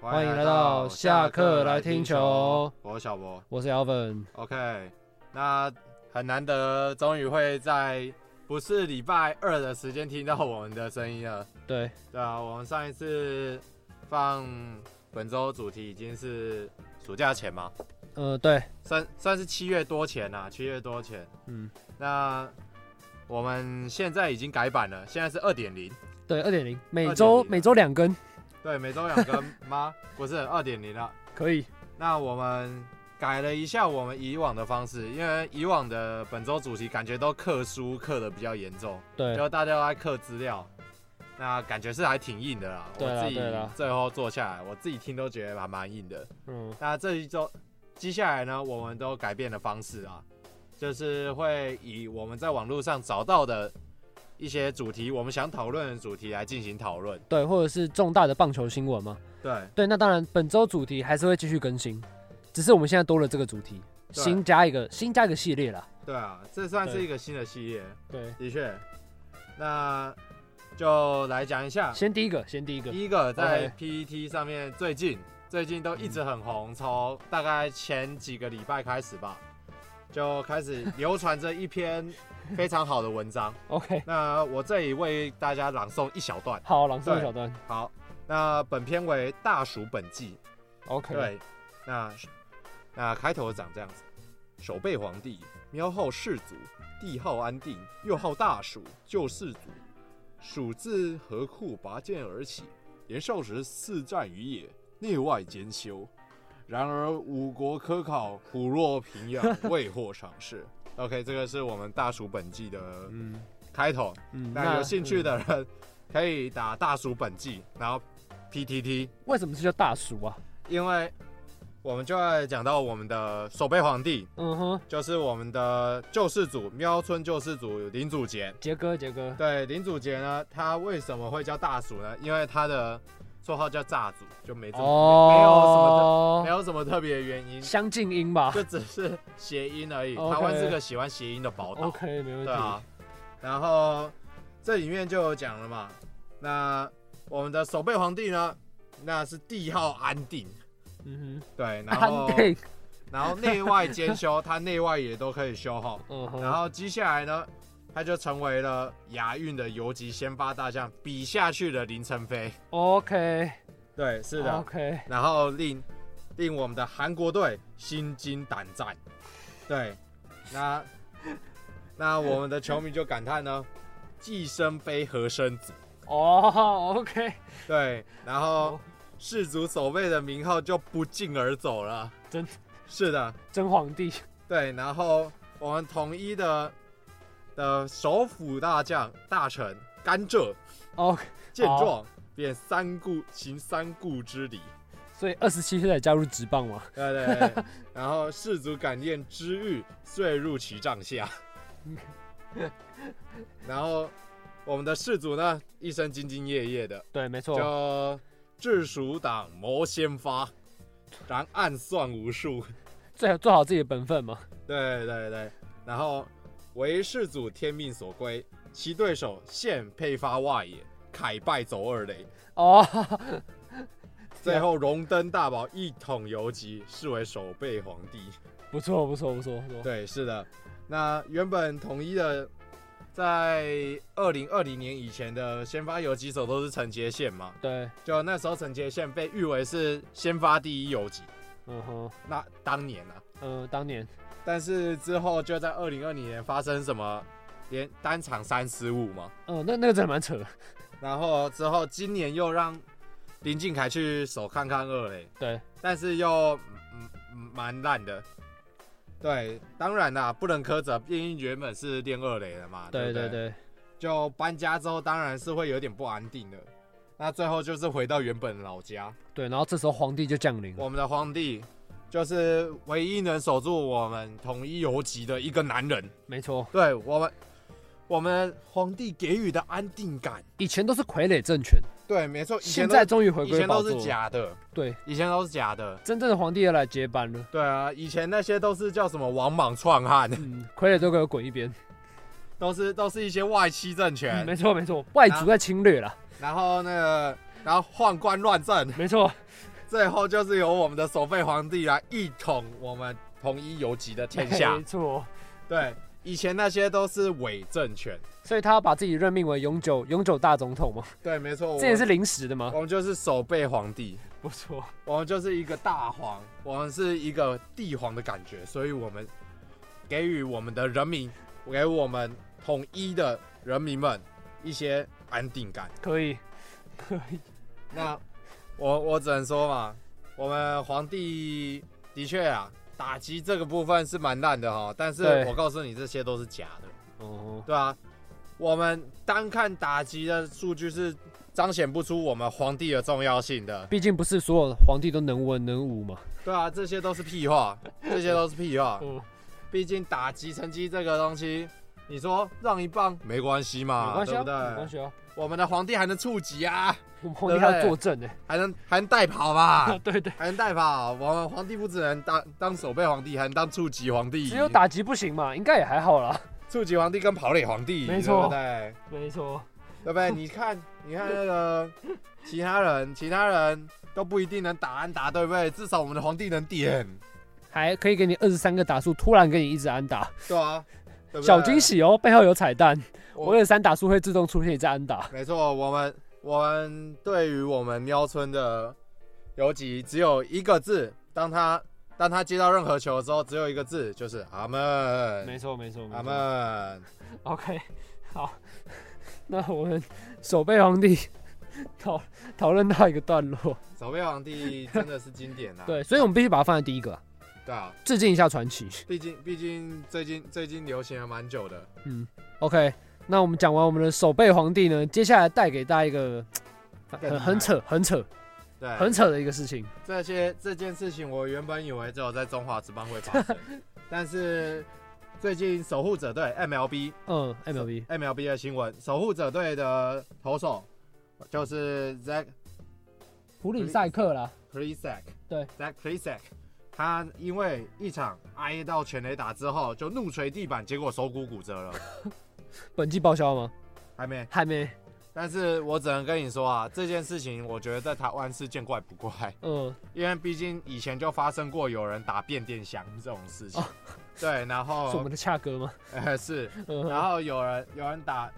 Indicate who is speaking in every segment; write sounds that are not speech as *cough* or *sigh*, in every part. Speaker 1: 欢迎来到下课来听球，
Speaker 2: 我是小博。
Speaker 1: 我是 Alvin。
Speaker 2: OK，那很难得，终于会在不是礼拜二的时间听到我们的声音了。
Speaker 1: 对，
Speaker 2: 对啊，我们上一次放本周主题已经是暑假前嘛，
Speaker 1: 呃，对，
Speaker 2: 算算是七月多前啊，七月多前。
Speaker 1: 嗯，
Speaker 2: 那我们现在已经改版了，现在是二点零。
Speaker 1: 对，二点零，每周
Speaker 2: 2.0啊
Speaker 1: 每周两根，
Speaker 2: 对，每周两更吗？不是二点零了。啊
Speaker 1: 可以。
Speaker 2: 那我们改了一下我们以往的方式，因为以往的本周主题感觉都刻书刻的比较严重，
Speaker 1: 对，
Speaker 2: 就大家都在刻资料，那感觉是还挺硬的啦。
Speaker 1: 对啦
Speaker 2: 我自己
Speaker 1: 对啊啦
Speaker 2: 最后做下来，我自己听都觉得还蛮硬的。
Speaker 1: 嗯，
Speaker 2: 那这一周接下来呢，我们都改变了方式啊，就是会以我们在网络上找到的一些主题，我们想讨论的主题来进行讨论。
Speaker 1: 对，或者是重大的棒球新闻嘛。
Speaker 2: 对
Speaker 1: 对，那当然，本周主题还是会继续更新，只是我们现在多了这个主题，
Speaker 2: 对
Speaker 1: 新加一个新加一个系列啦。
Speaker 2: 对啊，这算是
Speaker 1: 对
Speaker 2: 一个新的系列。
Speaker 1: 对，
Speaker 2: 的确，那就来讲一下
Speaker 1: 先第一个，先第一个，
Speaker 2: 第一个在
Speaker 1: OK
Speaker 2: PET 上面最近最近都一直很红，从大概前几个礼拜开始吧，就开始流传着一篇非常好的文章。
Speaker 1: OK，
Speaker 2: 那我这里为大家朗诵一小段。
Speaker 1: 好，朗诵
Speaker 2: 对
Speaker 1: 一小段
Speaker 2: 好，那本篇为《大鼠本纪》。
Speaker 1: ，OK，
Speaker 2: 对，那那开头长这样子：守备皇帝，喵号世祖，帝号安定，又号大蜀，救世祖。蜀字何库拔剑而起，年少时四战于野，内外兼修。然而五国科考，虎落平
Speaker 1: *laughs*
Speaker 2: 阳，未获赏识。OK，这个是我们大蜀本纪的
Speaker 1: 嗯
Speaker 2: 开头。
Speaker 1: 嗯，
Speaker 2: 那有兴趣
Speaker 1: 嗯
Speaker 2: 的人可以打大蜀本纪，然后 PTT
Speaker 1: 嗯为什么是叫大叔啊？
Speaker 2: 因为我们就会讲到我们的守备皇帝，
Speaker 1: 嗯哼，
Speaker 2: 就是我们的救世主喵村救世主林祖杰。
Speaker 1: 杰哥，杰哥，
Speaker 2: 对，林祖杰呢，他为什么会叫大鼠呢？因为他的绰号叫炸主，就没这么、没有什么特别的原
Speaker 1: *laughs*
Speaker 2: 因，
Speaker 1: 哦相近音吧
Speaker 2: 就只是谐音而已。
Speaker 1: OK
Speaker 2: 台湾是个喜欢谐音的宝岛。
Speaker 1: ？OK，没问
Speaker 2: 对啊
Speaker 1: 题。，
Speaker 2: 然后这里面就有讲了嘛，那我们的守备皇帝呢，那是帝号安定，
Speaker 1: 嗯
Speaker 2: 对，然
Speaker 1: 哼，
Speaker 2: 后
Speaker 1: 安定，
Speaker 2: 然后内外兼修，它内外也都可以修好。
Speaker 1: 嗯哼，
Speaker 2: 然后接下来呢，他就成为了亚运的游击先发大将，比下去的林晨飞。
Speaker 1: OK，
Speaker 2: 对，是
Speaker 1: ，OK，
Speaker 2: 然后令令我们的韩国队心惊胆战。对，那那我们的球迷就感叹呢，既生非何生子。
Speaker 1: 哦，OK， *laughs*
Speaker 2: 对，然后
Speaker 1: 哦
Speaker 2: 世足守备的名号就不胫而走了。
Speaker 1: 真
Speaker 2: 是的，
Speaker 1: 真皇帝，
Speaker 2: 对，然后我们统一的的首府大将大臣甘蔗
Speaker 1: OK，
Speaker 2: 见状，便三顾行三顾之礼，
Speaker 1: 所以二十七岁才加入职棒嘛，
Speaker 2: 对对对对，然后士卒感念知遇，遂入其帐下。然后我们的士卒呢，一生兢兢业业的，
Speaker 1: 对，没错，
Speaker 2: 就治蜀党谋先发，然暗算无数。
Speaker 1: 最好做好自己的本分嘛，
Speaker 2: 对对对，然后为世祖天命所归，其对手现配发外野，凯败走二垒，
Speaker 1: 哦， *laughs*
Speaker 2: 最后荣登大宝一统游击，视为守备皇帝。
Speaker 1: 不错，不错，不错，不错，
Speaker 2: 对，是的。那原本统一的，在二零二零年以前的先发游击手都是陈杰宪嘛，
Speaker 1: 对，
Speaker 2: 就那时候陈杰宪被誉为是先发第一游击，
Speaker 1: 嗯哼，
Speaker 2: 那当年啊。
Speaker 1: 嗯，当年，
Speaker 2: 但是之后就在二零二零年发生什么连单场三失误嘛，
Speaker 1: 嗯，那那个真的蛮扯的，
Speaker 2: 然后之后今年又让林俊凯去守看看二垒，
Speaker 1: 对，
Speaker 2: 但是又嗯嗯蛮烂的。对，当然啦，不能苛责，毕竟原本是练二垒的嘛。对
Speaker 1: 对对
Speaker 2: 不对，
Speaker 1: 对，
Speaker 2: 就搬家之后当然是会有点不安定的。那最后就是回到原本老家，
Speaker 1: 对，然后这时候皇帝就降临了，
Speaker 2: 我们的皇帝就是唯一能守住我们统一游击的一个男人。
Speaker 1: 没错，
Speaker 2: 对我们，我们皇帝给予的安定感，
Speaker 1: 以前都是傀儡政权，
Speaker 2: 对，没错，以前
Speaker 1: 现
Speaker 2: 都
Speaker 1: 在终于回
Speaker 2: 以
Speaker 1: 归
Speaker 2: 前
Speaker 1: 宝
Speaker 2: 都
Speaker 1: 座
Speaker 2: 是
Speaker 1: 了，
Speaker 2: 假的，
Speaker 1: 对，
Speaker 2: 以前都是假的。
Speaker 1: 真正的皇帝要来接班了。
Speaker 2: 对啊，以前那些都是叫什么王莽篡汉， *laughs*
Speaker 1: 嗯，傀儡都给我滚一边。
Speaker 2: 都是都是一些外戚政权，
Speaker 1: 嗯没错没错，外族在侵略了，
Speaker 2: 然后那个然后宦官乱政， *laughs*
Speaker 1: 没错，
Speaker 2: 最后就是由我们的守备皇帝来一统我们统一游击的天下
Speaker 1: 没。错，
Speaker 2: 对，以前那些都是伪政权。
Speaker 1: 所以他把自己任命为永久永久大总统嘛，
Speaker 2: 对，没错，我
Speaker 1: 这也
Speaker 2: 们
Speaker 1: 是临时的吗？
Speaker 2: 我们就是守备皇帝，
Speaker 1: 不错，
Speaker 2: 我们就是一个大皇，我们是一个帝皇的感觉，所以我们给予我们的人民，给我们统一的人民们一些安定感。
Speaker 1: 可以，可以，
Speaker 2: 那我我只能说嘛，我们皇帝的确啊，打击这个部分是蛮烂的哈，但是
Speaker 1: 对
Speaker 2: 我告诉你，这些都是假的，
Speaker 1: 哦，
Speaker 2: 对啊，我们单看打击的数据是彰显不出我们皇帝的重要性的，
Speaker 1: 毕竟不是所有皇帝都能文能武嘛。
Speaker 2: 对啊，这些都是屁话，这些都是屁话。
Speaker 1: 嗯，
Speaker 2: 毕竟打击成绩这个东西，你说让一棒没关系嘛，
Speaker 1: 没关系
Speaker 2: 对
Speaker 1: 啊，
Speaker 2: 不对？
Speaker 1: 没关系啊，
Speaker 2: 我们的皇帝还能触及啊，
Speaker 1: 我们皇帝还要作证呢。欸
Speaker 2: 还能还能带跑嘛 *laughs*
Speaker 1: 啊，，对对，
Speaker 2: 还能带跑。我们皇帝不只能当当守备皇帝，还能当触及皇帝。
Speaker 1: *laughs* 只有打击不行嘛，应该也还好啦。
Speaker 2: 触及皇帝跟跑垒皇帝，
Speaker 1: 没
Speaker 2: 对
Speaker 1: 错
Speaker 2: 不对？
Speaker 1: 没错，
Speaker 2: 对不对？你看，你看那个其他人，其他人都不一定能打安打，对不对？至少我们的皇帝能点，
Speaker 1: 还可以给你二十三个打数，突然给你一直安打，
Speaker 2: 对啊，对不对
Speaker 1: 小惊。喜哦，背后有彩蛋。
Speaker 2: 我
Speaker 1: 我有三打数会自动出现一只安打，
Speaker 2: 没错，我们我们对于我们喵村的游击只有一个字，当他当他接到任何球的时候，只有一个字，就是阿门，
Speaker 1: 错没错
Speaker 2: 阿门。
Speaker 1: OK，好， *laughs* 那我们守备皇帝 *laughs* 讨讨论到一个段落，
Speaker 2: 守备皇帝真的是经典啊！
Speaker 1: 对，所以我们必须把它放在第一个，
Speaker 2: 对啊，
Speaker 1: 致敬一下传奇。
Speaker 2: 毕竟毕竟最近最近流行了蛮久的，
Speaker 1: 嗯，OK，那我们讲完我们的守备皇帝呢，接下来带给大家一个
Speaker 2: 更厉害哎
Speaker 1: 很很扯、很扯、
Speaker 2: 对，
Speaker 1: 很扯的一个事情，
Speaker 2: 这些这件事情我原本以为只有在中华职棒会发
Speaker 1: *laughs*
Speaker 2: 生，但是最近守护者队 MLB
Speaker 1: 嗯，MLB，
Speaker 2: MLB 的新闻，守护者队的投手就是 Zach
Speaker 1: 普里赛克啦，
Speaker 2: Plesac，
Speaker 1: 对
Speaker 2: ，Zach Plesac，他因为一场挨到全垒打之后就怒捶地板，结果手骨骨折了， *laughs*
Speaker 1: 本季报销吗？
Speaker 2: 还没。
Speaker 1: 还没，
Speaker 2: 但是我只能跟你说啊，这件事情我觉得在台湾是见怪不怪， *laughs*
Speaker 1: 嗯，
Speaker 2: 因为毕竟以前就发生过有人打变电箱这种事情。
Speaker 1: 哦
Speaker 2: 对，然
Speaker 1: *laughs* 是我
Speaker 2: 后
Speaker 1: 们的恰哥吗？
Speaker 2: 呃 *laughs* 是，
Speaker 1: 嗯
Speaker 2: 然后有人有人打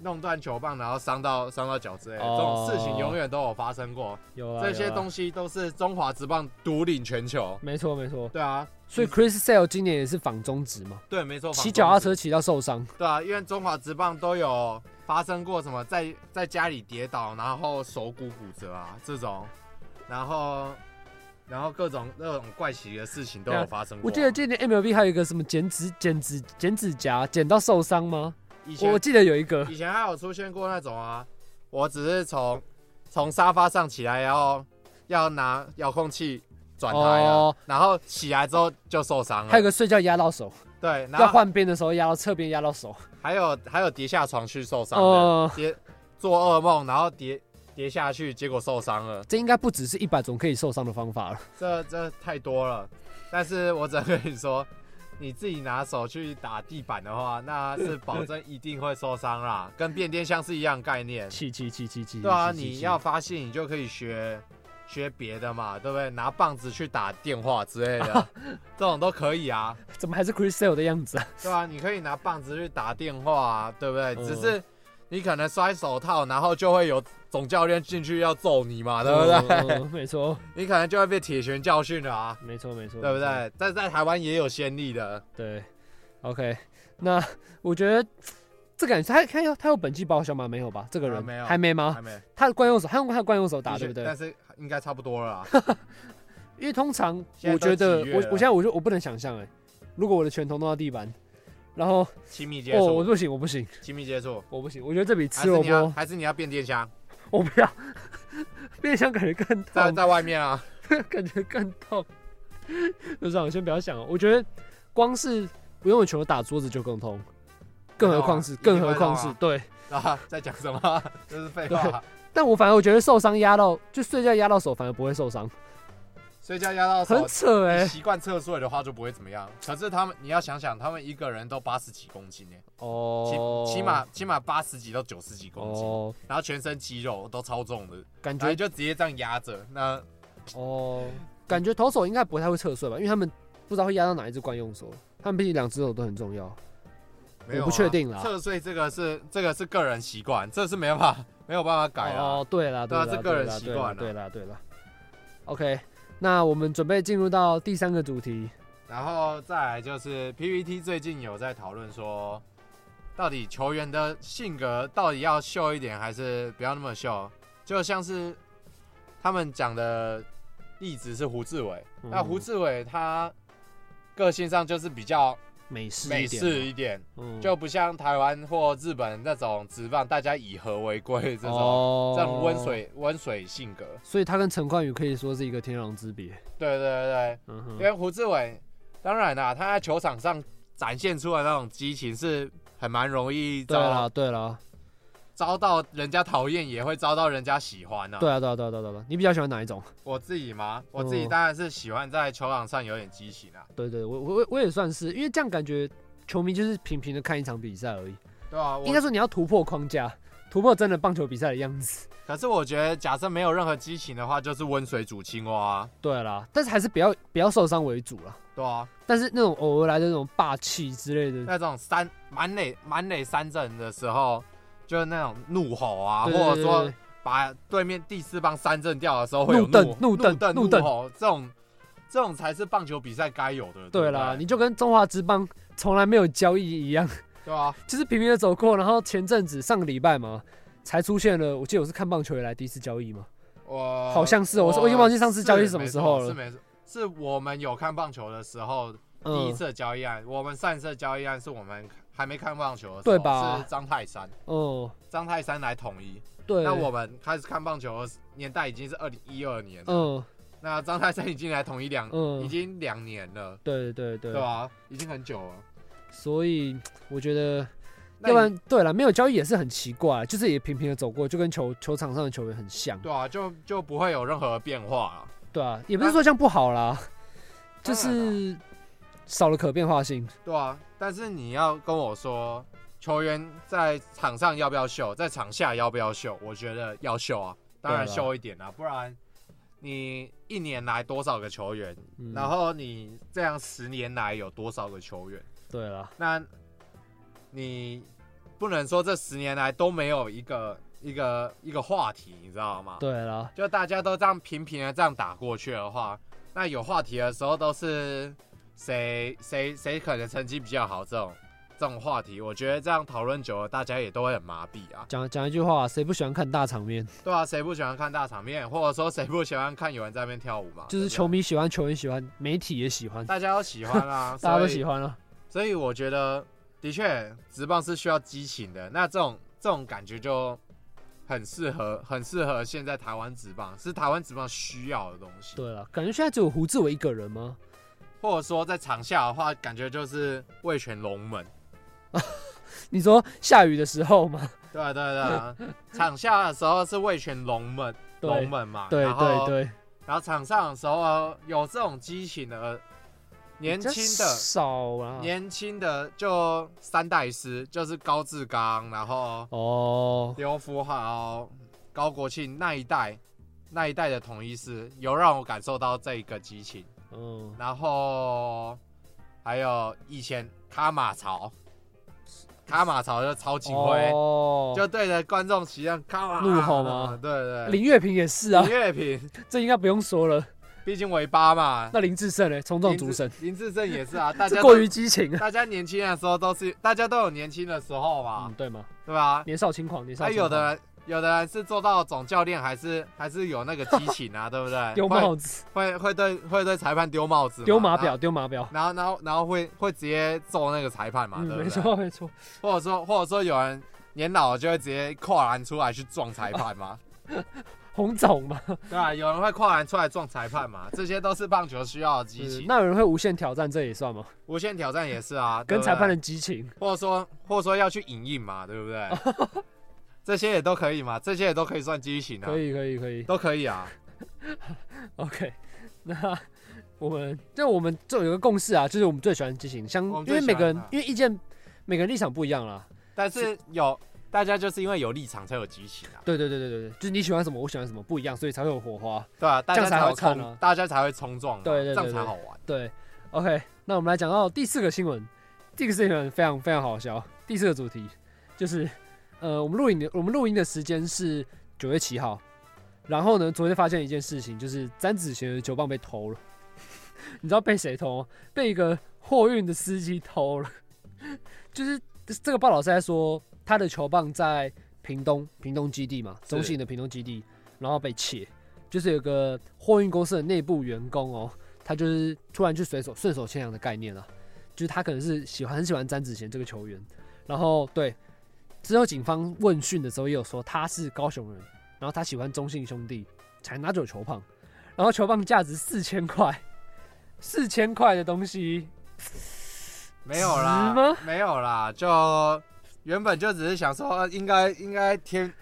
Speaker 2: 弄断球棒，然后伤到伤到脚之类的，
Speaker 1: 哦
Speaker 2: 这种事情永远都有发生过。
Speaker 1: 有啦
Speaker 2: 这些
Speaker 1: 有啦啊
Speaker 2: 东西都是中华职棒独领全球。
Speaker 1: 没错没错，
Speaker 2: 对啊，
Speaker 1: 所以 Chris Sale 今年也是仿中职嘛，
Speaker 2: 对，没错。
Speaker 1: 骑
Speaker 2: 防
Speaker 1: 脚踏
Speaker 2: 哦中
Speaker 1: 车骑到受伤，
Speaker 2: 止，对啊，因为中华职棒都有发生过什么在在家里跌倒，然后手骨骨折啊这种，然后然后各种那种怪奇的事情都有发生过。
Speaker 1: 我记得今年 MLB 还有一个什么剪指剪指剪指甲剪到受伤吗？
Speaker 2: 以
Speaker 1: 我
Speaker 2: 前嗯
Speaker 1: 记得有一个，
Speaker 2: 以前还有出现过那种啊，我只是从从沙发上起来，然后要拿遥控器转台啊，
Speaker 1: 哦
Speaker 2: 然后起来之后就受伤了。
Speaker 1: 还有个睡觉压到手，
Speaker 2: 对，然
Speaker 1: 要
Speaker 2: 后
Speaker 1: 换边的时候压到侧边压到手，
Speaker 2: 还有还有跌下床去受伤的。
Speaker 1: 哦，
Speaker 2: 跌做噩梦，然后跌跌下去，结果受伤了。
Speaker 1: 这应该不只是一百种可以受伤的方法
Speaker 2: *laughs*
Speaker 1: 了，
Speaker 2: 这这太多了。但是我只能跟你说，你自己拿手去打地板的话，那是保证一定会受伤啦，跟变电箱是一样概念。
Speaker 1: 气气气气气，
Speaker 2: 对啊，
Speaker 1: 气气
Speaker 2: 你
Speaker 1: 气
Speaker 2: 要发泄，你就可以学学别的嘛，对不对？拿棒子去打电话之类的，这种都可以啊。
Speaker 1: 怎么还是 Chris Sale 的样子啊？
Speaker 2: 对啊，你可以拿棒子去打电话啊，对不对？
Speaker 1: 嗯
Speaker 2: 只是你可能摔手套，然后就会有总教练进去要揍你
Speaker 1: 嗯
Speaker 2: 嘛， *laughs* 对不对？
Speaker 1: 对？哦没错
Speaker 2: 你可能就会被铁拳教训了啊，
Speaker 1: 没错没错，
Speaker 2: 对不
Speaker 1: 没错？
Speaker 2: 对？但在台湾也有先例的，
Speaker 1: 对，OK，那我觉得。这感觉他他有他有本季报销吗？没有吧，这个
Speaker 2: 啊
Speaker 1: 人
Speaker 2: 没有
Speaker 1: 还没吗？
Speaker 2: 还没
Speaker 1: 他的惯用手，他用他的惯用手打，
Speaker 2: 的确
Speaker 1: 对不对？
Speaker 2: 但是应该差不多了啊。
Speaker 1: *laughs* 因为通常
Speaker 2: 现在
Speaker 1: 我
Speaker 2: 都
Speaker 1: 觉得
Speaker 2: 几月
Speaker 1: 我
Speaker 2: 了
Speaker 1: 我现在我就我不能想象哎、如果我的拳头弄到地板，然后
Speaker 2: 亲密接
Speaker 1: 哦我
Speaker 2: 触，
Speaker 1: 不行我不行
Speaker 2: 亲密接触，
Speaker 1: 我不行，我觉得这比
Speaker 2: 还
Speaker 1: 吃哦
Speaker 2: 是
Speaker 1: 萝
Speaker 2: 你啊要
Speaker 1: *laughs* 卜
Speaker 2: 还是你要变电箱，
Speaker 1: 我不要，变相感觉更
Speaker 2: 在
Speaker 1: 痛， *laughs*
Speaker 2: 在外面啊， *laughs*
Speaker 1: 感觉更痛。就这样，先不要想了。我觉得光是不用球打桌子就更痛，更何况是
Speaker 2: 一定
Speaker 1: 更
Speaker 2: 会
Speaker 1: 何况
Speaker 2: 痛
Speaker 1: 是
Speaker 2: 啊
Speaker 1: 对。
Speaker 2: 啊，在讲什么？ *laughs* 这是废话。
Speaker 1: 但我反而我觉得受伤压到就睡觉压到手反而不会受伤，
Speaker 2: 睡觉压到
Speaker 1: 很
Speaker 2: 手，
Speaker 1: 扯哎、
Speaker 2: 你习惯侧睡的话就不会怎么样。可是他们，你要想想，他们一个人都八十几公斤呢，欸
Speaker 1: 哦，
Speaker 2: 起起码起码八十几到九十几公斤，
Speaker 1: 哦，
Speaker 2: 然后全身肌肉都超重的，哎
Speaker 1: 感
Speaker 2: 然后
Speaker 1: 觉
Speaker 2: 就直接这样压着，那
Speaker 1: 哦，感觉投手应该不太会侧睡吧，因为他们不知道会压到哪一只惯用手，他们毕竟两只手都很重要。
Speaker 2: 没有啊
Speaker 1: 我不确定啦
Speaker 2: 侧睡这个是这个是个人习惯，这是没办法没有办法改啊。
Speaker 1: 哦，对啦，
Speaker 2: 对啊
Speaker 1: 啦，
Speaker 2: 这个人
Speaker 1: 对啦
Speaker 2: 习惯啊
Speaker 1: 对啦，对啦对啦。OK，那我们准备进入到第三个主题。
Speaker 2: 然后再来就是 PPT 最近有在讨论说，到底球员的性格到底要秀一点，还是不要那么秀？就像是他们讲的例子是胡志伟，那
Speaker 1: 嗯
Speaker 2: 胡志伟他个性上就是比较
Speaker 1: 美式
Speaker 2: 美
Speaker 1: 一点嘛
Speaker 2: 式一点，
Speaker 1: 嗯
Speaker 2: 就不像台湾或日本那种直棒，大家以和为贵这种。
Speaker 1: 哦
Speaker 2: 这种温，水温水性格，
Speaker 1: 所以他跟陈冠宇可以说是一个天壤之别。
Speaker 2: 对对对对，
Speaker 1: 嗯
Speaker 2: 因
Speaker 1: 哼，
Speaker 2: 为胡志伟，当然啦、他在球场上展现出来那种激情是很蛮容易
Speaker 1: 对啊
Speaker 2: 遭
Speaker 1: 啦，对啦，
Speaker 2: 遭到人家讨厌，也会遭到人家喜欢呢、
Speaker 1: 对啊，对啊，对啊，对啊，对啊，你比较喜欢哪一种？
Speaker 2: 我自己嘛，我自己
Speaker 1: 嗯
Speaker 2: 当然是喜欢在球场上有点激情啊，
Speaker 1: 对对，我我我我也算是，因为这样感觉球迷就是平平的看一场比赛而已。
Speaker 2: 对啊，我
Speaker 1: 应该说你要突破框架，突破真的棒球比赛的样子。
Speaker 2: 可是我觉得，假设没有任何激情的话，就是温水煮青蛙、啊，
Speaker 1: 对啦，但是还是不要不要受伤为主啦。
Speaker 2: 对啊，
Speaker 1: 但是那种偶尔来的那种霸气之类的，
Speaker 2: 那种三满垒满垒三阵的时候，就是那种怒吼啊，
Speaker 1: 对对
Speaker 2: 或者
Speaker 1: 对
Speaker 2: 说
Speaker 1: 对
Speaker 2: 把对面第四棒三阵掉的时候会有
Speaker 1: 怒瞪
Speaker 2: 怒
Speaker 1: 怒瞪
Speaker 2: 瞪、
Speaker 1: 怒瞪
Speaker 2: 吼，这种这种才是棒球比赛该有的。
Speaker 1: 对
Speaker 2: 不
Speaker 1: 啦，
Speaker 2: 对
Speaker 1: 你就跟中华职棒从来没有交易一样， *laughs*
Speaker 2: 对啊，
Speaker 1: 就是平平的走过，然后前阵子上个礼拜嘛。才出现了，我记得我是看棒球以来第一次交易嘛，
Speaker 2: 我
Speaker 1: 好像是哦我我已经忘记上次交易
Speaker 2: 是
Speaker 1: 是什么
Speaker 2: 没
Speaker 1: 时
Speaker 2: 错
Speaker 1: 候了
Speaker 2: 是没错，是我们有看棒球的时候第一
Speaker 1: 嗯
Speaker 2: 次的交易案，我们上一次的交易案是我们还没看棒球的时候，
Speaker 1: 对吧
Speaker 2: 是张泰山，
Speaker 1: 哦，
Speaker 2: 张泰山来统一。
Speaker 1: 对，嗯
Speaker 2: 那我们开始看棒球的年代已经是二零一二年了，
Speaker 1: 嗯
Speaker 2: 那张泰山已经来统一两，
Speaker 1: 嗯
Speaker 2: 已经两年了，
Speaker 1: 对对对
Speaker 2: 对吧、已经很久了。
Speaker 1: 所以我觉得，
Speaker 2: 那
Speaker 1: 要不
Speaker 2: 你
Speaker 1: 然对了，没有交易也是很奇怪，就是也平平的走过，就跟球球场上的球员很像，
Speaker 2: 对啊，就就不会有任何变化了。
Speaker 1: 对啊，也不是说这样不好啦，就
Speaker 2: 当然
Speaker 1: 是少了可变化性。
Speaker 2: 对啊，但是你要跟我说，球员在场上要不要秀，在场下要不要秀？我觉得要秀啊，当然
Speaker 1: 对啊
Speaker 2: 秀一点啊，不然你一年来多少个球员，
Speaker 1: 嗯
Speaker 2: 然后你这样十年来有多少个球员？
Speaker 1: 对了，
Speaker 2: 那你不能说这十年来都没有一个一个一个话题，你知道吗？
Speaker 1: 对了，
Speaker 2: 就大家都这样平平的这样打过去的话，那有话题的时候都是谁谁谁可能成绩比较好这种这种话题，我觉得这样讨论久了，大家也都会很麻痹啊，
Speaker 1: 讲讲一句话，谁不喜欢看大场面？
Speaker 2: 对啊，谁不喜欢看大场面，或者说谁不喜欢看有人在那边跳舞嘛？
Speaker 1: 就
Speaker 2: 对
Speaker 1: 是
Speaker 2: 不对
Speaker 1: 球迷喜欢，球员喜欢，媒体也喜欢，
Speaker 2: 大家都喜欢啊，
Speaker 1: *laughs* 大家都
Speaker 2: 所以
Speaker 1: 喜欢了。
Speaker 2: 所以我觉得，的确，直棒是需要激情的。那这种这种感觉就很适合，很适合现在台湾直棒，是台湾直棒需要的东西。
Speaker 1: 对了，感觉现在只有胡志伟一个人吗？
Speaker 2: 或者说在场下的话，感觉就是味全龙门。
Speaker 1: 你说下雨的时候
Speaker 2: *laughs*
Speaker 1: 吗？
Speaker 2: 对啊对啊
Speaker 1: *laughs*
Speaker 2: 对啊，场下的时候是味全龙门，龙
Speaker 1: 对
Speaker 2: 门嘛。
Speaker 1: 对
Speaker 2: 然后
Speaker 1: 对对，
Speaker 2: 然后场上的时候有这种激情的，年轻
Speaker 1: 比较
Speaker 2: 的。
Speaker 1: 少啊。
Speaker 2: 年轻的就三代师，就是高志刚，然后
Speaker 1: 哦，
Speaker 2: 刘福豪、高国庆那一代，那一代的统一师有让我感受到这一个激情，
Speaker 1: 嗯，
Speaker 2: 然后还有以前卡马槽，卡马槽就超警徽，
Speaker 1: 哦，
Speaker 2: 就对着观众席上卡马
Speaker 1: 怒吼吗
Speaker 2: 对对
Speaker 1: 林月平也是啊
Speaker 2: 林，月平，
Speaker 1: 这应该不用说了。
Speaker 2: 毕竟尾巴嘛，
Speaker 1: 那林志胜欸呢？冲撞主审，
Speaker 2: 林志胜也是啊，大
Speaker 1: 这
Speaker 2: 家
Speaker 1: 过
Speaker 2: 都
Speaker 1: 于激情啊。
Speaker 2: 大家年轻的时候都是，大家都有年轻的时候嘛
Speaker 1: 嗯，，对吗？
Speaker 2: 对吧？
Speaker 1: 年少轻狂，年少
Speaker 2: 他、
Speaker 1: 轻狂。
Speaker 2: 有的人有的人是做到总教练，还是还是有那个激情啊，对不对？
Speaker 1: *laughs* 丢
Speaker 2: 会
Speaker 1: 帽子、
Speaker 2: 会会对会对啊裁判丢帽子嘛，
Speaker 1: 丢码表、丢码表。
Speaker 2: 然后，然后然后然后会会直接揍那个裁判嘛，
Speaker 1: 嗯，
Speaker 2: 对不对？
Speaker 1: 没错没错。
Speaker 2: 或者说或者说有人年老了就会直接跨栏出来去撞裁判嘛，
Speaker 1: *laughs* 红枣嘛，
Speaker 2: 对啊，有人会跨栏出来撞裁判嘛，这些都是棒球需要的激
Speaker 1: 嗯
Speaker 2: 情。
Speaker 1: 那有人会无限挑战，这也算吗？
Speaker 2: 无限挑战也是啊，对
Speaker 1: 跟
Speaker 2: 不对
Speaker 1: 裁判的激情，
Speaker 2: 或者说或者说要去影印嘛，对不对？
Speaker 1: *laughs*
Speaker 2: 这些也都可以嘛，这些也都可以算激情啊，
Speaker 1: 可以可以可以。
Speaker 2: 都可以啊。
Speaker 1: OK，那 *laughs* 我们就我们就有个共识啊，就是我们最喜欢激情，相
Speaker 2: 我们
Speaker 1: 因为
Speaker 2: 最喜欢啊
Speaker 1: 每个人
Speaker 2: 哪
Speaker 1: 因为意见每个人立场不一样啦。
Speaker 2: 但是有大家就是因为有立场才有激情啊，
Speaker 1: 对对对对对对，就是你喜欢什么，我喜欢什么不一样，所以才会有火花。
Speaker 2: 对啊，大
Speaker 1: 这
Speaker 2: 家
Speaker 1: 样才
Speaker 2: 才
Speaker 1: 好
Speaker 2: 有
Speaker 1: 看
Speaker 2: 冲，
Speaker 1: 啊
Speaker 2: 大家才会冲撞啊、
Speaker 1: 对
Speaker 2: 这
Speaker 1: 对对
Speaker 2: 样才
Speaker 1: 对
Speaker 2: 好玩。
Speaker 1: 对，OK，那我们来讲到第四个新闻，第四个新闻非常非常好笑。第四个主题就是，呃，我们录影的我们录音的时间是九月七号，然后呢，昨天发现一件事情，就是詹子贤的球棒被偷了。 *laughs* 你知道被谁偷吗？被一个货运的司机偷了。就是这个报道是在说，他的球棒在屏东屏东基地嘛，中信的屏东基地，然后被窃，就是有个货运公司的内部员工哦，他就是突然去随手顺手牵羊的概念啊，就是他可能是喜欢很喜欢詹子贤这个球员，然后对之后警方问讯的时候也有说他是高雄人，然后他喜欢中信兄弟，才拿走球棒，然后球棒价值四千块，四千块的东西，
Speaker 2: 没有
Speaker 1: 值吗
Speaker 2: 啦，没有啦，就原本就只是想说，呃应该应该天，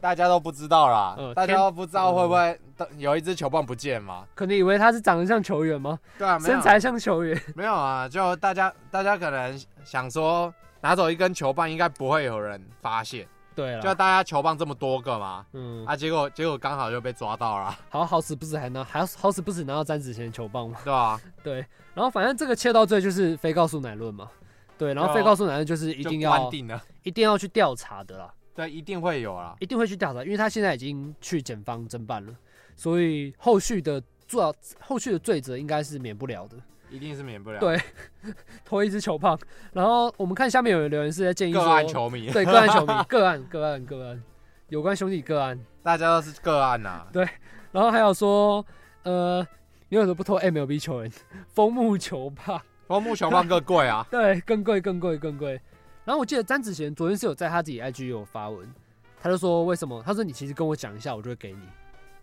Speaker 2: 大家都不知道啦，
Speaker 1: 嗯
Speaker 2: 大家
Speaker 1: 天嗯
Speaker 2: 都不知道会不会、有一只球棒不见嘛？
Speaker 1: 可能以为他是长得像球员吗？
Speaker 2: 对啊，没有
Speaker 1: 身材像球员，
Speaker 2: 没有啊，就大家大家可能想说拿走一根球棒，应该不会有人发现，
Speaker 1: 对啊
Speaker 2: 就
Speaker 1: 了，
Speaker 2: 大家球棒这么多个嘛，
Speaker 1: 嗯，
Speaker 2: 啊，结果结果刚好就被抓到了，
Speaker 1: 好好死不死还拿，还好死不死拿到詹子贤的球棒嘛，
Speaker 2: 对吧、
Speaker 1: *laughs* 对，然后反正这个窃盗罪就是非告诉乃论嘛，对，然后
Speaker 2: 就
Speaker 1: 非告诉乃论就是一
Speaker 2: 就
Speaker 1: 定
Speaker 2: 关
Speaker 1: 要
Speaker 2: 定了，
Speaker 1: 一定要去调查的啦，
Speaker 2: 对，一定会有啦。
Speaker 1: 一定会去调查，因为他现在已经去检方侦办了，所以后续的做后续的罪责应该是免不了的，
Speaker 2: 一定是免不了。
Speaker 1: 对拖一只球棒，然后我们看下面有人留言是在建议
Speaker 2: 个
Speaker 1: 说
Speaker 2: 案球迷，
Speaker 1: 对个案球迷 *laughs* 个案个案个案有关兄弟个案。
Speaker 2: 大家都是个案啊呐、
Speaker 1: 然后还有说，呃，你为什么不偷 MLB 球员？ *laughs* 枫木球吧，，
Speaker 2: 枫木球棒更贵啊
Speaker 1: *laughs* 对，更贵，更贵，更贵。然后我记得詹子贤昨天是有在他自己 IG 有发文，他就说为什么？他说你其实跟我讲一下，我就会给你。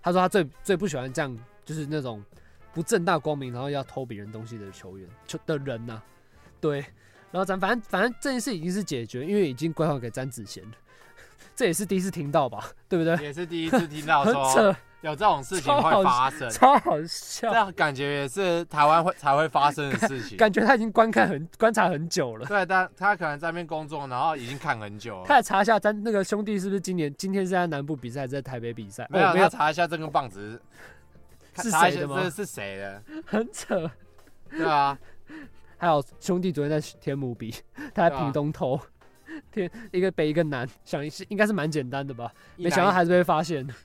Speaker 1: 他说他最最不喜欢这样，就是那种不正大光明，然后要偷别人东西的球员，球的人呐、对，然后咱反正反正这件事已经是解决，因为已经归还给詹子贤了， *laughs* 这也是第一次听到吧，对不对？
Speaker 2: 也是第一次听到
Speaker 1: 很
Speaker 2: 说
Speaker 1: 扯，
Speaker 2: 有这种事情会发生，
Speaker 1: 超好笑。
Speaker 2: 这感觉也是台湾会才会发生的事情。
Speaker 1: 感觉他已经观看很观察很久了。
Speaker 2: 对，但他可能在那边工作，然后已经看很久
Speaker 1: 他
Speaker 2: 了。
Speaker 1: 也查一下咱那个兄弟是不是今年今天是在南部比赛，还是在台北比赛？
Speaker 2: 没有，
Speaker 1: 哦没
Speaker 2: 他
Speaker 1: 有，
Speaker 2: 查一下这根棒子
Speaker 1: 是
Speaker 2: 查一
Speaker 1: 谁
Speaker 2: 下
Speaker 1: 的吗
Speaker 2: 这是谁的？
Speaker 1: 很扯。
Speaker 2: 对啊，
Speaker 1: 还有兄弟昨天在天母比，他在
Speaker 2: 对啊
Speaker 1: 屏东偷，天一个北一个南，想是应该是蛮简单的吧？
Speaker 2: 一
Speaker 1: 没
Speaker 2: 南
Speaker 1: 想到还是被发现。 *laughs*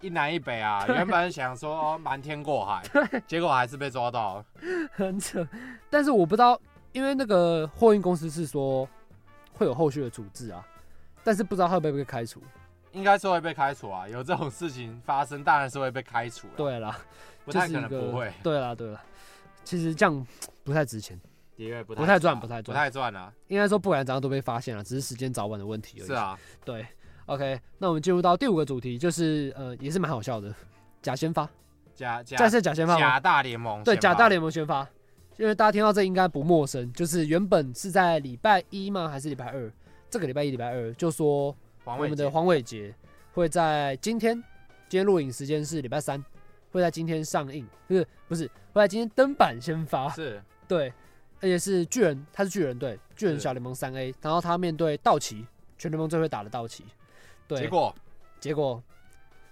Speaker 2: 一南一北啊，
Speaker 1: 对
Speaker 2: 原本想说哦瞒天过海，结果还是被抓到了。
Speaker 1: 很扯。但是我不知道，因为那个货运公司是说会有后续的处置啊，但是不知道他会不会被开除。
Speaker 2: 应该是会被开除啊，有这种事情发生，当然是会被开除了。，
Speaker 1: 对啦，
Speaker 2: 不
Speaker 1: 就
Speaker 2: 太
Speaker 1: 是
Speaker 2: 可
Speaker 1: 一
Speaker 2: 能不
Speaker 1: 个
Speaker 2: 会，。
Speaker 1: 对啦，对啦，其实这样不太值钱。
Speaker 2: 的确不
Speaker 1: 不太赚
Speaker 2: 啊
Speaker 1: 不太
Speaker 2: 不
Speaker 1: 赚
Speaker 2: 太赚啊。
Speaker 1: 应该说不管怎样都被发现了，只是时间早晚的问题而已。
Speaker 2: 是，啊，
Speaker 1: 对。OK，那我们进入到第五个主题，就是呃，也是蛮好笑的，假先发，
Speaker 2: 假假
Speaker 1: 这是假先发吗？
Speaker 2: 假大联盟，
Speaker 1: 对，假大联盟先发，因为大家听到这应该不陌生，就是原本是在礼拜一吗？还是礼拜二？这个礼拜一、礼拜二就说
Speaker 2: 黄
Speaker 1: 我
Speaker 2: 伟
Speaker 1: 们
Speaker 2: 杰
Speaker 1: 的黄伟杰会在今天，今天录影时间是礼拜三，会在今天上映，不是不是，会在今天登板先发。
Speaker 2: 是
Speaker 1: 对，而且是巨人，他是巨人队，巨人
Speaker 2: 是
Speaker 1: 小联盟三 A，然后他面对道奇，全联盟最会打的道奇，对，
Speaker 2: 结果
Speaker 1: 结果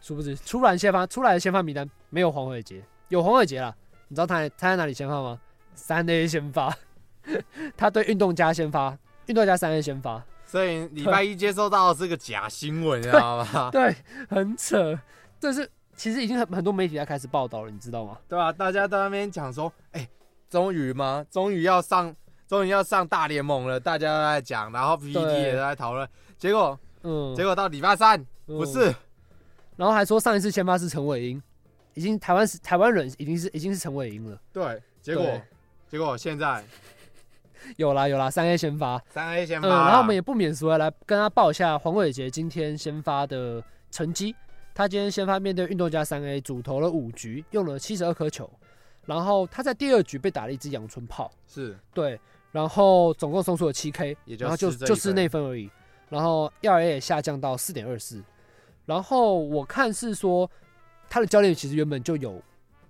Speaker 1: 殊不知突然先发出来的先发名单没有黄伟杰，有黄伟杰啦，你知道他他在哪里先发吗？三 A 先发， *laughs* 他对运动家先发，运动家三 A 先发，
Speaker 2: 所以礼拜一接收到的是个假新闻，你知道吗？
Speaker 1: 对，很扯，这是其实已经很很多媒体在开始报道了，你知道吗？
Speaker 2: *laughs* 对啊，大家都在那边讲说，哎、终于吗？终于要上，终于要上大联盟了，大家都在讲，然后 PPT
Speaker 1: 对
Speaker 2: 也都在讨论，结果
Speaker 1: 嗯，
Speaker 2: 结果到礼拜三
Speaker 1: 嗯
Speaker 2: 不是，
Speaker 1: 然后还说上一次先发是陈伟英，已经台湾是台湾人已经是已经是陈伟英了，
Speaker 2: 对，结果
Speaker 1: 对
Speaker 2: 结果现在
Speaker 1: 有啦有啦，三 A 先发。
Speaker 2: 三 A 先发
Speaker 1: 嗯，
Speaker 2: 啦，
Speaker 1: 然后我们也不免俗地来跟他报一下黄伟杰今天先发的成绩。他今天先发面对运动家三 A，主投了五局，用了七十二颗球，然后他在第二局被打了一支阳春炮，
Speaker 2: 是
Speaker 1: 对，然后总共送出了七 K，
Speaker 2: 也就
Speaker 1: 然后就
Speaker 2: 吃这一
Speaker 1: 就失
Speaker 2: 分
Speaker 1: 内分而已，然后 ERA 也下降到四点二四，然后我看是说他的教练其实原本就有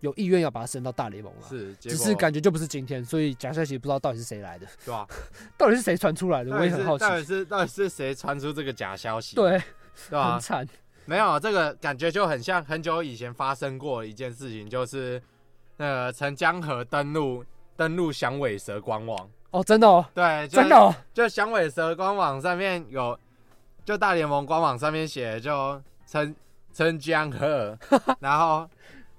Speaker 1: 有意愿要把他升到大联盟了，
Speaker 2: 是，结
Speaker 1: 只
Speaker 2: 果
Speaker 1: 是感觉就不是今天，所以假消息不知道到底是谁来的， *laughs*
Speaker 2: 对吧、
Speaker 1: 到底是谁传出来的，
Speaker 2: 到
Speaker 1: 我
Speaker 2: 底
Speaker 1: 也
Speaker 2: 是
Speaker 1: 很好奇
Speaker 2: 到。底是到底是谁传出这个假消息？
Speaker 1: 对，
Speaker 2: 对啊吧、
Speaker 1: 很惨，
Speaker 2: 没有，这个感觉就很像很久以前发生过一件事情，就是那个陈江河登陆登陆响尾蛇官网，
Speaker 1: 哦，真的哦，
Speaker 2: 对，就
Speaker 1: 真的哦，
Speaker 2: 就响尾蛇官网上面有，就大联盟官网上面写的就陈陈江
Speaker 1: *laughs*
Speaker 2: 河，然后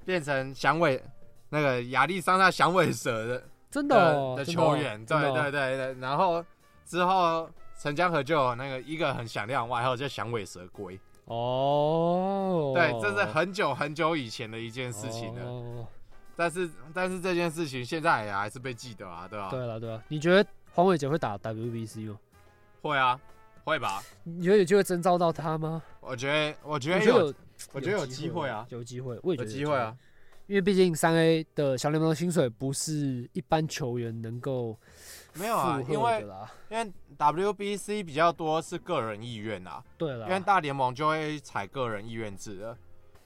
Speaker 2: 变成响尾那个亚利桑那响尾蛇的
Speaker 1: 真的
Speaker 2: 的
Speaker 1: 哦，
Speaker 2: 的
Speaker 1: 真
Speaker 2: 球
Speaker 1: 哦
Speaker 2: 员，对
Speaker 1: 真的哦
Speaker 2: 对对对，然后之后陈江河就有那个一个很响亮的外号叫响尾蛇龟。
Speaker 1: 哦，
Speaker 2: 对，这是很久很久以前的一件事情了。
Speaker 1: 哦
Speaker 2: 但是但是这件事情现在也还是被记得啊，对吧？
Speaker 1: 对了对了，你觉得黄伟杰会打 WBC 吗？
Speaker 2: 会啊，会吧？
Speaker 1: 你觉得有机会征召到他吗？
Speaker 2: 我觉得我觉
Speaker 1: 我
Speaker 2: 得
Speaker 1: 觉得
Speaker 2: 有，
Speaker 1: 有，
Speaker 2: 我觉得有机会啊，
Speaker 1: 有机会，我也觉
Speaker 2: 有
Speaker 1: 得
Speaker 2: 机会啊。
Speaker 1: 因为毕竟三 A 的小联盟的薪水不是一般球员能够
Speaker 2: 没
Speaker 1: 负
Speaker 2: 有啊
Speaker 1: 荷，
Speaker 2: 因为
Speaker 1: 的啦。
Speaker 2: 因为 WBC 比较多是个人意愿啊，
Speaker 1: 对
Speaker 2: 因为
Speaker 1: 啦，
Speaker 2: 大联盟就会采个人意愿制的，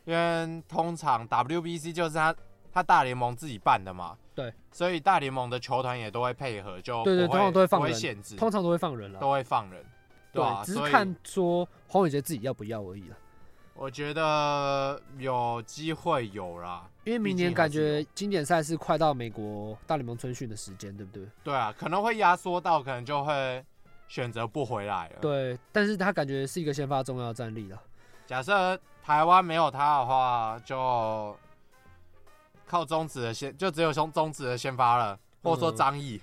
Speaker 2: 因为通常 WBC 就是他他大联盟自己办的嘛，
Speaker 1: 对，
Speaker 2: 所以大联盟的球团也都会配合，就
Speaker 1: 对对
Speaker 2: 不
Speaker 1: 通常
Speaker 2: 会
Speaker 1: 都会放
Speaker 2: 不会
Speaker 1: 人
Speaker 2: 限制，
Speaker 1: 通常都会放人啦。
Speaker 2: 都会放人，
Speaker 1: 对
Speaker 2: 吧？，
Speaker 1: 只
Speaker 2: 啊所
Speaker 1: 是
Speaker 2: 以
Speaker 1: 看说黄伟杰自己要不要而已啦。
Speaker 2: 我觉得有机会有啦，
Speaker 1: 因为明
Speaker 2: 毕竟
Speaker 1: 年
Speaker 2: 还
Speaker 1: 感
Speaker 2: 是有
Speaker 1: 觉经典赛是快到美国大联盟春训的时间，对不对？
Speaker 2: 对啊，可能会压缩到，可能就会选择不回来了。，
Speaker 1: 对，但是他感觉是一个先发重要战力啦。
Speaker 2: 假设台湾没有他的话，就靠中指的先，就只有中中指的先发了，或者说
Speaker 1: 嗯
Speaker 2: 张毅，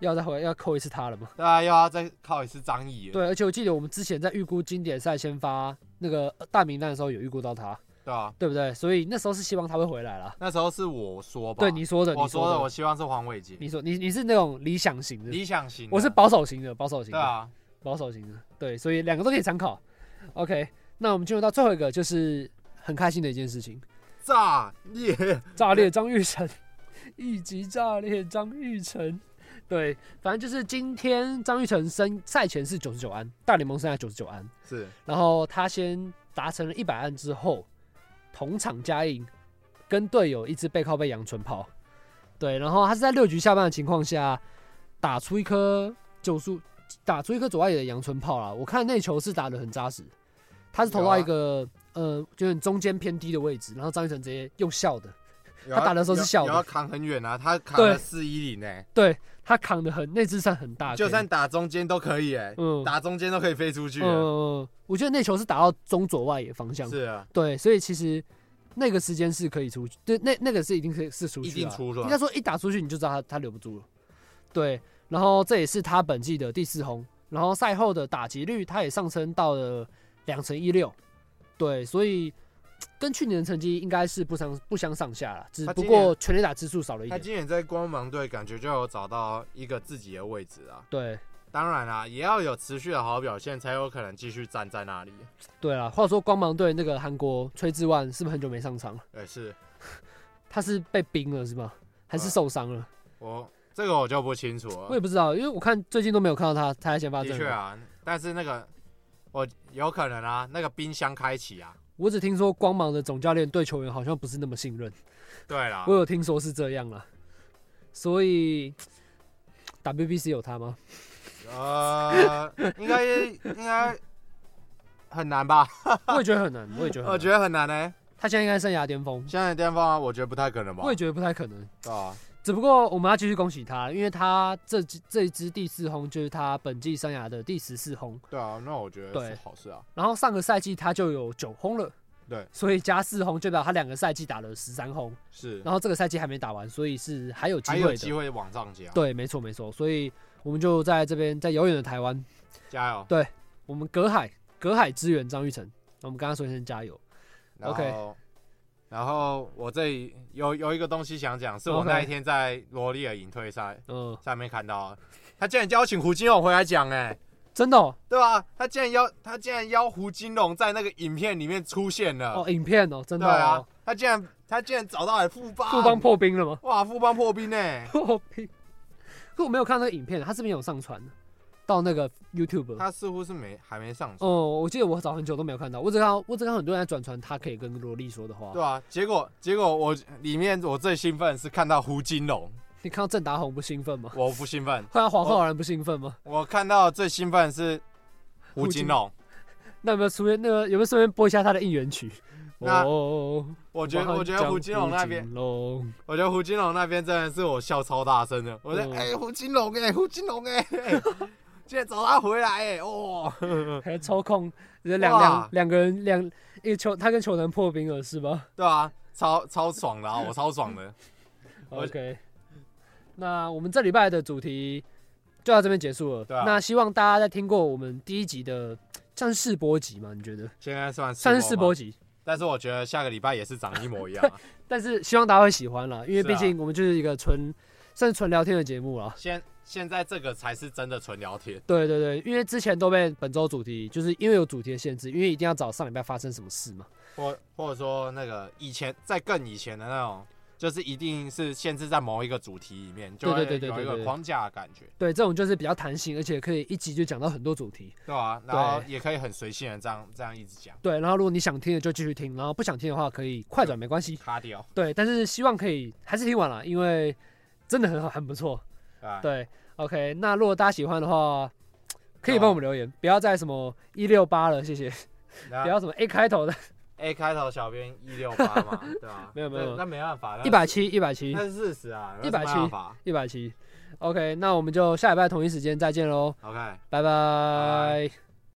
Speaker 1: 要再回要扣一次他了嘛？
Speaker 2: 对啊，又要再靠一次张毅了，
Speaker 1: 对，而且我记得我们之前在预估经典赛先发那个呃大名单的时候有预估到他，
Speaker 2: 对吧、啊？
Speaker 1: 对不对？所以那时候是希望他会回来啦。
Speaker 2: 那时候是我说吧，
Speaker 1: 对你说的，
Speaker 2: 我
Speaker 1: 你
Speaker 2: 说
Speaker 1: 的，
Speaker 2: 我希望是黄伟杰，
Speaker 1: 你说你你是那种理想型的，
Speaker 2: 理想型的，
Speaker 1: 我是保守型的，保守型
Speaker 2: 对
Speaker 1: 的，
Speaker 2: 啊，
Speaker 1: 保守型的，对，所以两个都可以参考。OK，那我们进入到最后一个，就是很开心的一件事情，
Speaker 2: 炸裂，
Speaker 1: 炸裂张玉成，一级炸裂张玉成。 *laughs* 对，反正就是今天张玉成生赛前是九十九安，大联盟生涯九十九安，
Speaker 2: 是
Speaker 1: 然后他先达成了一百安之后，同场加印，跟队友一直背靠背阳春炮。对，然后他是在六局下半的情况下打出一颗九速，打出一颗左外野的阳春炮啦。我看那球是打得很扎实，他是投
Speaker 2: 有啊
Speaker 1: 到一个、呃有点中间偏低的位置，然后张玉成直接用笑的，
Speaker 2: 有啊
Speaker 1: *laughs* 他打的时候是
Speaker 2: 有
Speaker 1: 笑的
Speaker 2: 有要扛很远啊，他扛了
Speaker 1: 对
Speaker 2: 四一零呢。
Speaker 1: 对他扛得很，那只算很大，
Speaker 2: 就算打中间都可以哎、
Speaker 1: 啊嗯
Speaker 2: 打中间都可以飞出去、
Speaker 1: 嗯嗯嗯，我觉得那球是打到中左外野方向，
Speaker 2: 是啊，
Speaker 1: 对，所以其实那个时间是可以出去，对，那那个是一定是是出去、
Speaker 2: 一
Speaker 1: 啊，
Speaker 2: 定出了
Speaker 1: 应该说一打出去你就知道他他留不住了，对，然后这也是他本季的第四轰，然后赛后的打击率他也上升到了两成一六，对，所以跟去年的成绩应该是不相不相上下了，只
Speaker 2: 他
Speaker 1: 不
Speaker 2: 今年
Speaker 1: 过全垒打支数少了一
Speaker 2: 他
Speaker 1: 点，
Speaker 2: 今年在光芒队感觉就有找到一个自己的位置啊。
Speaker 1: 对
Speaker 2: 当然啦、也要有持续的好表现，才有可能继续站在那里。
Speaker 1: 对啦，话说光芒队那个韩国崔志万是不是很久没上场了？
Speaker 2: 也是
Speaker 1: 他是被冰了是吗？还是
Speaker 2: 啊
Speaker 1: 受伤了？
Speaker 2: 我这个我就不清楚
Speaker 1: 我也
Speaker 2: 了。
Speaker 1: 不知道，因为我看最近都没有看到他，他在先发阵
Speaker 2: 呃的
Speaker 1: 容。
Speaker 2: 确啊，但是那个我有可能啊，那个冰箱开启啊。
Speaker 1: 我只听说光芒的总教练对球员好像不是那么信任，
Speaker 2: 对啦
Speaker 1: 我，有听说是这样啦。所以 WBC 有
Speaker 2: *laughs*
Speaker 1: 他吗？
Speaker 2: 呃，应该应该很难吧？
Speaker 1: 我也觉得很难，我也觉得
Speaker 2: 我
Speaker 1: 很难。
Speaker 2: 觉得很难呢、欸
Speaker 1: 他现在应该生涯巅峰，
Speaker 2: 现在的巅峰啊，我觉得不太可能吧
Speaker 1: 我也？觉得不太可能。
Speaker 2: 对啊，
Speaker 1: 只不过我们要继续恭喜他，因为他这支这一支第四轰就是他本季生涯的第十四轰，
Speaker 2: 对啊，那我觉得
Speaker 1: 对
Speaker 2: 是好事啊。
Speaker 1: 然后上个赛季他就有九轰了，
Speaker 2: 对，
Speaker 1: 所以加四轰就代表他两个赛季打了十三轰，
Speaker 2: 是，
Speaker 1: 然后这个赛季还没打完，所以是还有机
Speaker 2: 还
Speaker 1: 会
Speaker 2: 有
Speaker 1: 的。
Speaker 2: 机会往上加，
Speaker 1: 对，没错没错，所以我们就在这边，在遥远的台湾，
Speaker 2: 加油。
Speaker 1: 我们隔海隔海支援张玉成。那我们刚刚说一声加油。
Speaker 2: 然
Speaker 1: OK
Speaker 2: 后，然后我这里有有一个东西想讲，是我
Speaker 1: OK
Speaker 2: 那一天在罗利尔隐退赛
Speaker 1: 嗯，
Speaker 2: 上面看到的，他竟然邀请胡金龙回来讲，哎，
Speaker 1: 真的哦，
Speaker 2: 对吧？他竟然邀他竟然邀胡金龙在那个影片里面出现了，
Speaker 1: 哦影片哦，真
Speaker 2: 对
Speaker 1: 的
Speaker 2: 啊
Speaker 1: 哦。，
Speaker 2: 他竟然他竟然找到了富邦，
Speaker 1: 富邦破冰了吗？ *laughs*
Speaker 2: 哇，富邦破冰呢，
Speaker 1: 破冰。可我没有看那个影片，他这边有上传的。到那个 YouTube。
Speaker 2: 他似乎是没还没上传，
Speaker 1: 哦，我记得我找很久都没有看到，我只看到我只看到很多人在转传他可以跟萝莉说的话。
Speaker 2: 对啊，结果结果我里面我最兴奋是看到胡金龙，
Speaker 1: 你看到郑达宏不兴奋吗？ *laughs*
Speaker 2: 我不兴 *laughs* 奋，
Speaker 1: 看到黄浩然不兴奋吗？
Speaker 2: 我看到最兴奋是胡金龙，
Speaker 1: 那有没有出现那个有没有顺便播一下他的应援曲？
Speaker 2: 那
Speaker 1: 哦，
Speaker 2: 我觉得我觉得胡金龙那边，
Speaker 1: 龙
Speaker 2: 我觉得胡金龙那边真的是我笑超大声的，我说
Speaker 1: 嗯
Speaker 2: 哎、胡金龙哎、胡金龙哎、哎今天找他回来哎、哦，
Speaker 1: 还抽空，这两两
Speaker 2: 哇
Speaker 1: 两个人两一个球，他跟球能破冰了是吧
Speaker 2: 对啊，超超爽的啊，我超爽的，我
Speaker 1: ？OK，那我们这礼拜的主题就到这边结束了。
Speaker 2: 对啊
Speaker 1: 那希望大家在听过我们第一集的像是试播集嘛？你觉得
Speaker 2: *laughs* 现在算
Speaker 1: 算是
Speaker 2: 试
Speaker 1: 试
Speaker 2: 播
Speaker 1: 播
Speaker 2: 吗，
Speaker 1: 集？
Speaker 2: 但是我觉得下个礼拜也是长一模一
Speaker 1: *laughs*
Speaker 2: 样啊、
Speaker 1: 但是希望大家会喜欢啦，因为
Speaker 2: 是啊
Speaker 1: 毕竟我们就是一个纯算是纯聊天的节目啦。
Speaker 2: 现现在这个才是真的纯聊天，
Speaker 1: 对对对，因为之前都被本周主题，就是因为有主题的限制，因为一定要找上礼拜发生什么事嘛。
Speaker 2: 或或者说那个以前在更以前的那种，就是一定是限制在某一个主题里面，就
Speaker 1: 对
Speaker 2: 会
Speaker 1: 对对对
Speaker 2: 有一
Speaker 1: 对对
Speaker 2: 个
Speaker 1: 对
Speaker 2: 框架的感觉，
Speaker 1: 对，这种就是比较弹性，而且可以一集就讲到很多主题。
Speaker 2: 对啊，然后也可以很随性的这样这样一直讲，
Speaker 1: 对，然后如果你想听的就继续听，然后不想听的话可以快转没关系。
Speaker 2: 卡掉，
Speaker 1: 对，但是希望可以还是听完了，因为真的很好，很不错。
Speaker 2: 对吧？
Speaker 1: 对，OK，那如果大家喜欢的话，可以帮我们留言，不要再什么一六八了，谢谢，不
Speaker 2: 那
Speaker 1: 要什么 A 开头的，
Speaker 2: A 开头小编一六八嘛，对吧？
Speaker 1: *laughs* 没有没有
Speaker 2: 那
Speaker 1: 没有
Speaker 2: 那没办法，那
Speaker 1: 一百七一百七
Speaker 2: 那是事实啊，那是没
Speaker 1: 170
Speaker 2: 办法
Speaker 1: 一百七。OK，那我们就下礼拜同一时间再见喽，
Speaker 2: ，OK。
Speaker 1: 拜拜。